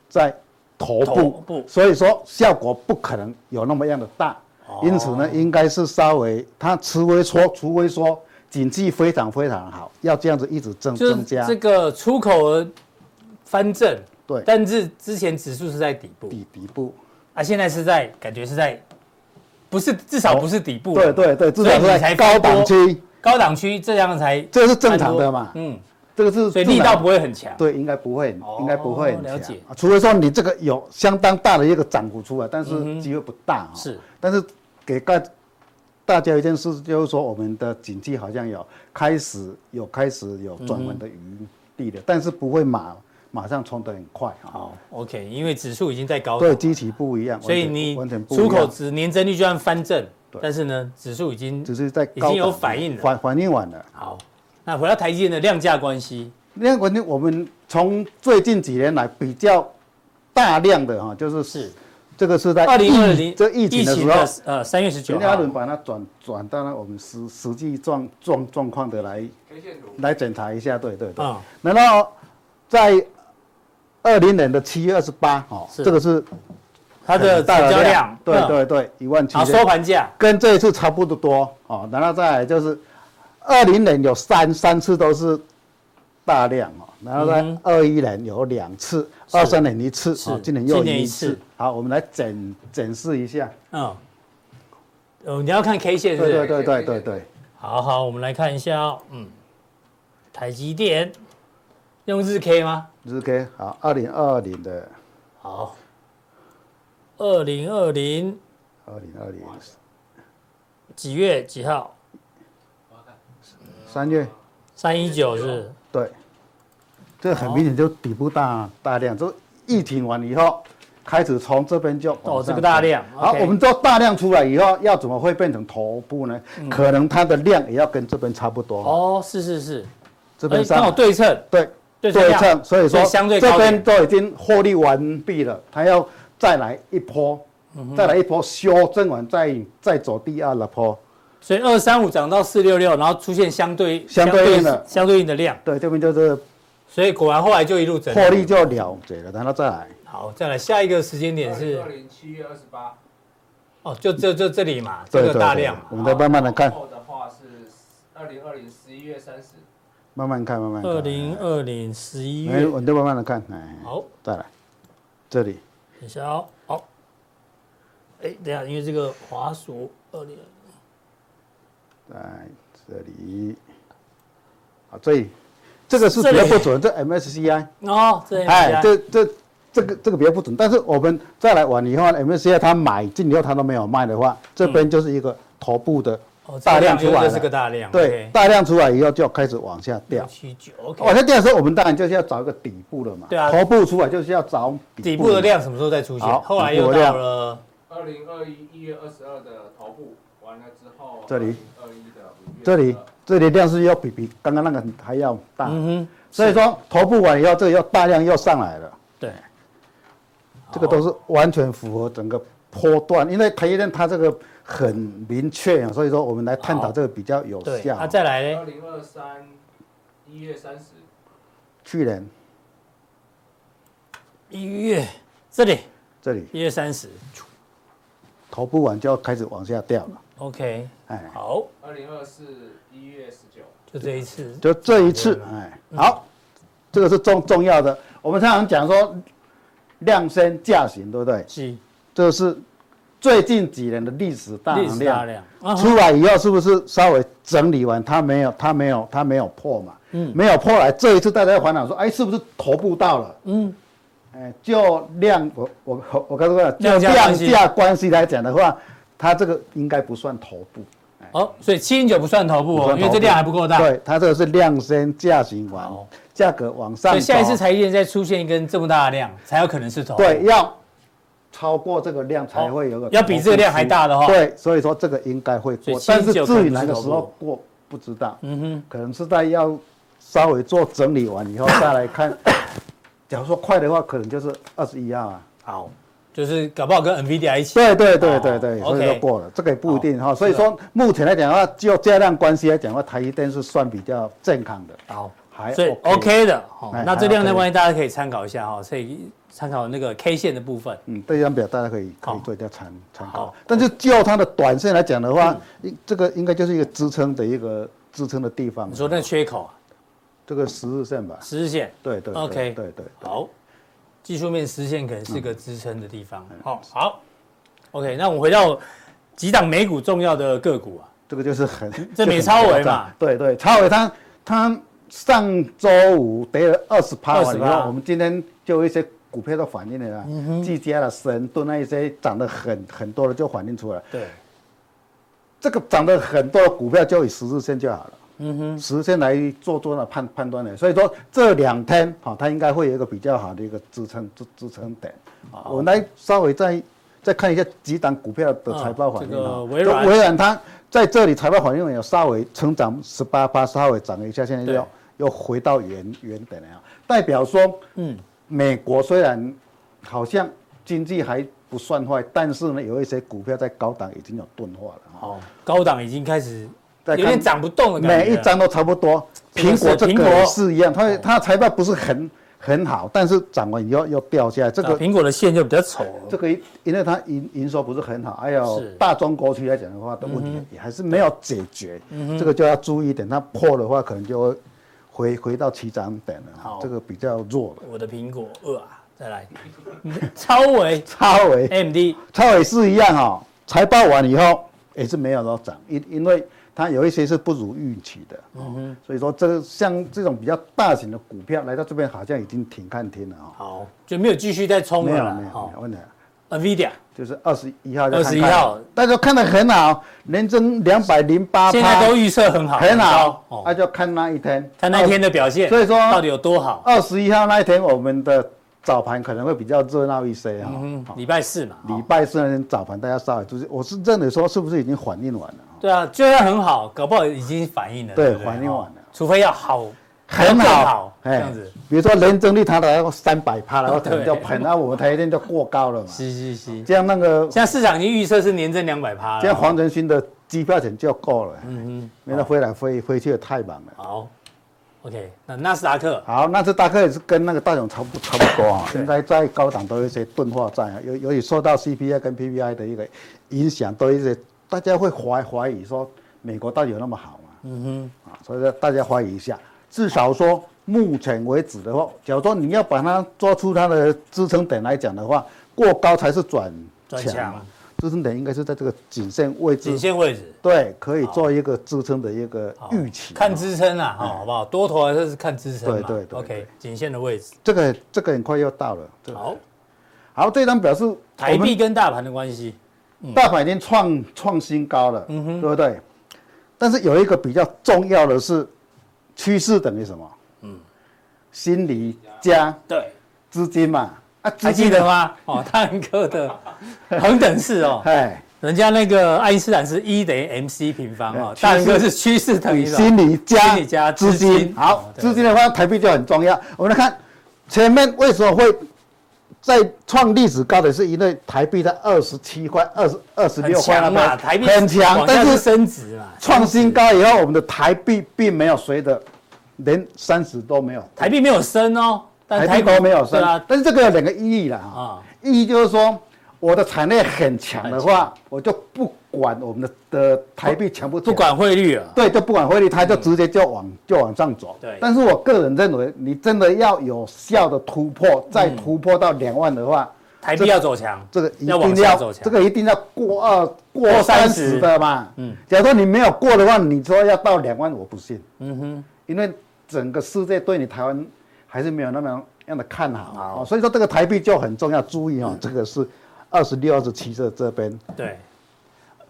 D: 在头部，
B: 嗯头部
D: 所以说效果不可能有那么样的大，
B: 哦
D: 因此呢，应该是稍微它除非说，除非说景气非常非常好，要这样子一直增
B: 就是
D: 增加
B: 这个出口额翻正，
D: 对
B: 但是之前指数是在底部，
D: 底底部，
B: 啊，现在是在感觉是在，不是至少不是底部，
D: 哦对对对，至少
B: 所
D: 是
B: 以你
D: 在
B: 才
D: 高档
B: 翻多，
D: 区，
B: 高档区这样才
D: 这是正常的嘛，
B: 嗯，
D: 这个是
B: 所以
D: 自
B: 力
D: 然
B: 道不会很强，
D: 对，应该不会很
B: 哦，
D: 应该不会很
B: 了
D: 强
B: 解
D: 啊除非说你这个有相当大的一个涨幅出来，但是机会不大啊、
B: 嗯是，
D: 但是给大大家一件事，就是说我们的景
B: 嗯
D: 气好像有开始有开始有转弯的余地了，但是不会马马上冲得很快
B: 哦
D: 啊。
B: OK，因为指数已经在高档
D: 对，，基期不一样，
B: 所以
D: 完全
B: 你
D: 完全不一
B: 出
D: 样
B: 口值年增率就算翻正，
D: 对
B: 但是呢，指数已经
D: 只是在
B: 已
D: 高
B: 经有
D: 档
B: 反应了。
D: 反反应晚了。
B: 好，那回到台积电的量价关系，
D: 那我呢，我们从最近几年来比较大量的哈，就是
B: 是
D: 这个是在
B: 二零二
D: 哎疫
B: 零
D: 这疫情的时候，
B: 呃三月十九
D: 陈家
B: 号
D: 伦把它啊转转到了我们实实际状状状况的来来检查一下，对对对。
B: 啊，
D: 然后在二零年的七月二十八，哦，
B: 是
D: 这个是
B: 它的
D: 很
B: 成
D: 大的
B: 交量，
D: 对
B: 嗯，
D: 对对，一万七
B: 啊
D: 千
B: 收盘价
D: 跟这一次差不多多哦。然后再来就是二零年有三三次都是大量哦，然后
B: 嗯
D: 呢二一年有两次，二三年一次，
B: 是
D: 哦，今年又
B: 今年一
D: 一
B: 次
D: 次。好，我们来检检视一下。
B: 嗯，呃，你要看 K 线
D: 对
B: 是不
D: 对
B: 是？
D: 对对对对，
B: 好好，我们来看一下哦，嗯，台积电用日 K 吗？
D: 日 K 好，二零二零的
B: 好，二零二零
D: 二零二零
B: 几月几号？
D: 三月，
B: 三一九是
D: 对，这很明显就底部大大量，就疫情完以后。开始从这边就
B: 哦，
D: 往
B: 这
D: 上
B: 个大
D: 走
B: 量。
D: 好，
B: OK
D: 我们做大量出来以后，要怎么会变成头部呢？
B: 嗯
D: 可能它的量也要跟这边差不多，
B: 哦，是是是，
D: 这边
B: 哎刚好
D: 上
B: 对称，
D: 对
B: 对
D: 对
B: 量
D: 称，所以说
B: 相对
D: 这
B: 高点
D: 边都已经获利完毕了，它要再来一波，
B: 嗯
D: 再来一波修正完再再走第二了坡。
B: 所以二三五涨到四六六，然后出现相对
D: 相对应的
B: 相对应的量，
D: 对，这边就是
B: 所以果然后来就一路整理
D: 获利就了结了，然后再来
B: 好，再来下一个时间点是
E: 二零七月二十八，
B: 哦，就这就这里嘛，这
D: 对
B: 个
D: 对
B: 大
D: 对
B: 量啊嘛，
D: 我们再慢慢的看，
E: 后的话是二零二零十一月三十，
D: 慢慢看，慢慢看。
B: 二零二零十一
D: 哎，
B: 月，
D: 我们再慢慢的看，哎，
B: 好，
D: 再来这里。
B: 等一下哦，好，哎，等一下，因为这个滑鼠二零，
D: 在这里，啊，这里这个是比较不准，这 MSCI，
B: 哦，这
D: 哎，
B: 对
D: 这这这个这个比较不准。但是我们再来玩以后呢，MSCI 它买进以后它都没有卖的话，这边就是一个头部的
B: 哦，
D: 大量出来
B: 这是个
D: 了，
B: 大量，
D: 对，哦大量出来以后就开始往下掉。
B: 七九，OK，
D: 往下掉的时候，我们当然就是要找一个底部了嘛。
B: 对啊
D: 头部出来就是要找
B: 底
D: 底
B: 部
D: 部
B: 的。量什么时候再出现？
D: 好
B: 后来又
D: 底部
B: 到
D: 的量
B: 了
E: 二零二一一月二十二的头部完了之后，
D: 这里
E: 二一的五月，
D: 这里这里量是要比比刚刚那个还要大，
B: 嗯哼，
D: 所以说头部完以后，这个要大量又上来了。
B: 对，
D: 这个都是完全符合整个波段，因为台积电它这个很明确啊，所以说我们来探
B: 好
D: 讨这个比较有
B: 对，
D: 效
B: 那、。再来呢？
E: 二零二三一月三十，
D: 去年
B: 一月这里
D: 这里
B: 一月三十
D: 头部完就要开始往下掉了，
B: ，OK，
D: 哎，
B: 好，
E: 二零二四一月十九，
B: 就这一次，
D: 就这一次，哎，好，这个是重重要的。我们常常讲说量升价行，对不对？
B: 是
D: 这是最近几年的历史大
B: 历史大
D: 量。
B: 量啊哈，
D: 出来以后是不是稍微整理完？它没有，它没有，它没有破嘛？
B: 嗯
D: 没有破来，这一次大家烦恼说，哎，是不是头部到了？
B: 嗯，
D: 哎，就量我我我我刚才说，就
B: 量价关
D: 量
B: 系
D: 价关系来讲的话，它这个应该不算头部，
B: 哦，所以七零九不算头部
D: 不
B: 哦，
D: 算
B: 因为
D: 头
B: 这
D: 部
B: 量还不够大，，
D: 对，它这个是量升价行完
B: 好，
D: 价格往
B: 所
D: 上走，
B: 以下一次才一再出现一根这么大的量，才有可能是头部，
D: 对要超过这个量才会有一个、
B: 哦要比这个量还大的话
D: 对，所以说这个应该会
B: 所以
D: 过，但是
B: 79
D: 至于哪个时
B: 可能是头
D: 候过不知道，
B: 嗯哼，
D: 可能是在要稍微做整理完以后再来 看。假如说快的话，可能就是二十一号啊。
B: 好，就是搞不好跟 NVIDIA 一起，
D: 对对对对
B: 哦
D: 对，所以说
B: OK
D: 过了，这个也不一定哦哈。所以说目前来讲的话，就价量关系来讲的话，台积电是算比较健康的，
B: 好。
D: 还
B: 所以
D: OK。
B: OK 的，哦
D: 哎
B: 那
D: 还
B: 这量的
D: OK
B: 关系大家可以参考一下哈，所以参考那个 K 线的部分。
D: 嗯，这张表大家可以可
B: 好
D: 以做一下参参
B: 好嗯
D: 考，但是就它的短线来讲的话，应这个应该就是一个支撑的一个支撑的地方。
B: 你说那缺口啊，
D: 这个十日线吧？
B: 十日线，
D: 对对对
B: OK
D: 对对对
B: 好，技术面实现可能是个支撑的地方。
D: 嗯
B: 好、好，OK，那我们回到几档美股重要的个股啊，
D: 这个就是很
B: 这
D: 就
B: 美
D: 很
B: 超微
D: 夸张
B: 嘛
D: 对对，超伟他他上周五跌了二十趴完以
B: 28
D: 后，我们今天就有一些股票都反映了啦，
B: 嗯
D: 技嘉了、神盾啊那一些涨得很很多的就反映出来，
B: 对，
D: 这个涨得很多的股票就以十日线就好了，嗯哼，时间来做做那判判断的。所以说这两天哈、它应该会有一个比较好的一个支撑支支撑点。啊，我们来稍微再再看一下几档股票的财报反应
B: 嗯这个
D: 哈
B: 微软
D: 就微软它在这里财报反应有稍微成长十八趴，稍微涨了一下，现在
B: 对
D: 又又回到原原点了啊，代表说
B: 嗯，
D: 美国虽然好像经济还不算坏，但是呢，有一些股票在高档已经有钝化了啊哈。
B: 哦，高档已经开始有
D: 再看
B: 点涨不动的感觉。
D: 每一张都差不多。
B: 这个
D: 苹
B: 是
D: 果这
B: 苹果哦
D: 个也是一样，它它财报不是很很好，但是涨完以后又掉下来。这
B: 啊
D: 个
B: 苹果的线就比较丑了。
D: 这个因因为它营营收不是很好，还有
B: 是嗯
D: 大中国区来讲的话，的问题也还是没有解决，这个就要注意一点。它破的话，可能就会回回到起涨点了
B: 好
D: 哈，这个比较弱了。
B: 我的苹果二啊，再来，超维
D: 超微
B: AMD
D: 超也是一样哦，财报完以后也是没有多涨，因因为它有一些是不如预期的，哦所以说这个像这种比较大型的股票来到这边好像已经挺看天了啊、
B: 好就没有继续再
D: 哦，
B: 冲
D: 没
B: 了
D: 有
B: 啦。
D: 没有没有
B: 哦
D: 问题了，
B: ，NVIDIA
D: 就是二十一号就
B: 21
D: 看看
B: 号
D: 大家看得很好，连增两百零八，
B: 现在都预测很好，
D: 很好，
B: 高
D: 那
B: 哦，
D: 就看那一天，
B: 看那天的表现，
D: 所以说
B: 到底有多好？
D: 二十一号那一天我们的早盘可能会比较热闹一些啊、
B: 嗯
D: 哦，
B: 礼拜四嘛，
D: 礼
B: 哦
D: 拜四那天早盘大家稍微注意，我是认为说是不是已经反应完了啊？
B: 对啊，就算很好，搞不好已经反应了，
D: 对
B: 不对
D: 反应完了
B: 哦除非要好，
D: 很
B: 还要更
D: 好
B: 好，这
D: 哎，
B: 样子。
D: 比如说人增率它来到三百趴，然后可能就
B: 对
D: 喷，那我们台积电就过高了嘛。
B: 是是是，
D: 这样那个，
B: 现在市场已经预测是年增两百趴了。
D: 这样黄仁勋的机票钱就够了。嗯嗯，因为他飞来飞飞去也太忙了。
B: 好，OK，那纳斯达克
D: 好，那这大概也是跟那个大勇差不差不多啊，应该在高档都有一些钝化在啊，由由于受到 CPI 跟 PPI 的一个影响，都有一些大家会怀怀疑说美国到底有那么好吗？嗯哼，啊，所以说大家怀疑一下，至少说目前为止的话，假如说你要把它抓出它的支撑点来讲的话，过高才是转
B: 转
D: 强
B: 强
D: 嘛，支撑点应该是在这个颈线位置
B: 颈，线位置。
D: 对，可以做一个支撑的一个
B: 好
D: 预期，
B: 看支撑啊，好好不好？多头还是看支撑嘛。
D: 对对对
B: OK，
D: 对
B: 颈线的位置。
D: 这个这个很快要到了，这个
B: 好，
D: 好，这张表示
B: 台币跟大盘的关系
D: 大盘已经创创新高了，
B: 嗯
D: 对不对？但是有一个比较重要的是，趋势等于什么？
B: 嗯
D: 心理加
B: 对，
D: 资金嘛，啊，
B: 还
D: 资
B: 记
D: 金
B: 得
D: 的，
B: 吗？哦， 大人哥的恒等式 哦，
D: 哎，
B: 人家那个爱因斯坦是 E 等于 MC 平方哦，
D: 哎
B: 大人哥是趋势等于什么
D: 心理加
B: 心理加
D: 资
B: 资
D: 金
B: 金，
D: 好
B: 哦，对
D: 资金的话，台币就很重要。我们来看前面为什么会在创历史高的，是因为台币在二十七块、二十二十
B: 很
D: 六块那
B: 强嘛，
D: 边
B: 台币
D: 很强，
B: 往下
D: 但
B: 是
D: 是
B: 升值嘛，
D: 创新高以后，我们的台币并没有随着连三十都没有，
B: 台币没有升哦，但
D: 台币
B: 股
D: 都没有升。
B: 对啊，
D: 但是这个有两个意义了啊
B: 啊，
D: 意义就是说我的产业很强的
B: 很
D: 话，我就不管我们的的台币强不强
B: 不管汇率啊了，
D: 对，就不管汇率，它就直接就往、就往上走。
B: 对
D: 但是我个人认为，你真的要有效的突破，再突破到两万的话，
B: 台币要走强，
D: 这个一
B: 要往
D: 定
B: 下
D: 要
B: 走强，
D: 这个一定要过二过三
B: 30
D: 十的嘛。嗯，假如说你没有过的话，你说要到两万，我不信。嗯哼，因为整个世界对你台湾还是没有那么样的看好、哦，所以说这个台币就很重要，注
B: 嗯
D: 意哦，这个是二十六、二十七这这边
B: 对。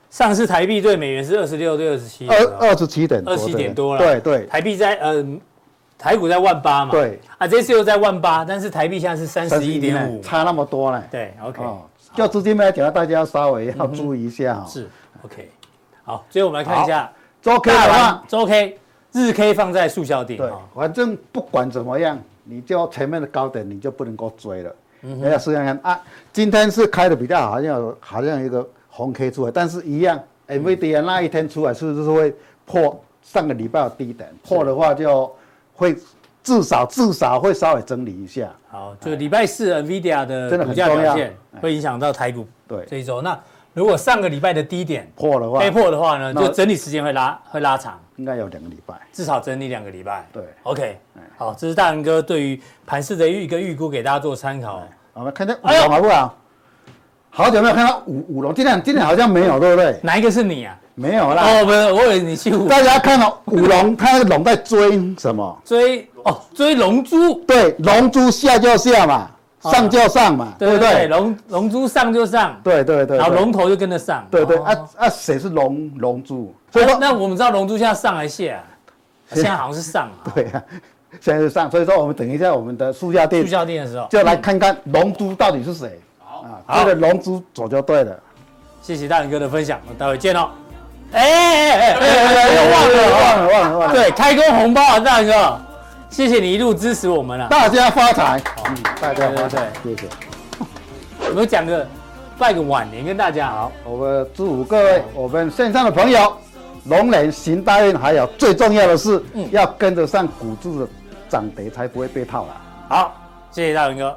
B: 上次台币对美元是二十六对二十七，
D: 二二十七点多
B: 二
D: 这
B: 七
D: 边，
B: 点多了，
D: 对对，
B: 台币在呃，台股在万八嘛，
D: 对，
B: 啊，这次又在万八，但是台币现在是三十一点
D: 31.5
B: 五，
D: 差那么多呢。
B: 对，OK，、嗯
D: 哦，就资金面来讲，大家稍微要注意一下哈。
B: 是 OK，好，所以我们来看一下
D: 周 K
B: 大
D: 的
B: 盘
D: 话，
B: 周 K 日 K 放在速效点
D: 对
B: 啊，，
D: 反正不管怎么样，你就前面的高点你就不能够追了。
B: 嗯
D: 你要试看看啊，今天是开的比较好，好像有好像有一个红 K 出来，但是一样，NVIDIA
B: 嗯
D: 那一天出来是不是会破上个礼拜的低点？破的话就会至少至少会稍微整理一下。
B: 好，就礼拜四 NVIDIA 的
D: 真的
B: 股
D: 很
B: 价
D: 重
B: 表
D: 要
B: 现
D: 哎
B: 会影响到台股
D: 对
B: 这一周，那如果上个礼拜的低点
D: 破的话
B: 被破的话呢，
D: 那
B: 就整理时间会拉会拉长。
D: 应该有两个礼拜。
B: 至少整理两个礼拜。
D: 对
B: ，OK，好，这是大仁哥对于盘市的一个预估，给大家做参考。
D: 我们看一下五
B: 哎呦
D: 龙好不好？好久没有看到五五龙，今天今天好像没有，对不对？
B: 哪一个是你啊？
D: 没有啦。
B: 哦，不是，我以为你去五
D: 大家看到五龙，它那个龙在追什么？
B: 追哦，追龙珠，
D: 对，龙珠下就下嘛，上就上嘛，对
B: 啊对
D: 不
B: 不对？
D: 对？
B: 龙龙珠上就上，
D: 对对对。
B: 然后
D: 对
B: 龙头就跟着上。
D: 对对
B: 哦
D: 啊啊，谁是龙龙珠？所以
B: 那
D: 说
B: 那我们知道龙珠现在上还是下啊？现在好像是上啊，
D: 对啊，现在是上，所以说我们等一下我们的塑胶店
B: 住校店的时候，
D: 就来看看龙珠到底是谁啊？
B: 好
D: 跟着龙珠走就对了。
B: 谢谢大仁哥的分享，我待会见哦。哎哎哎哎哎哎，忘了忘
D: 忘了忘了忘
B: 了，
D: 了，
B: 对，开工红包啊，大仁哥，谢谢你一路支持我们啊。
D: 大家发财，嗯，大家发财，
B: 对
D: 谢谢。
B: 我们讲个拜个晚年跟大家好，
D: 我们祝福各位我们线上的朋友，龙年行大运，还有最重要的
B: 嗯
D: 是，要跟得上股市的涨跌，才不会被套了。
B: 好，谢谢大仁哥。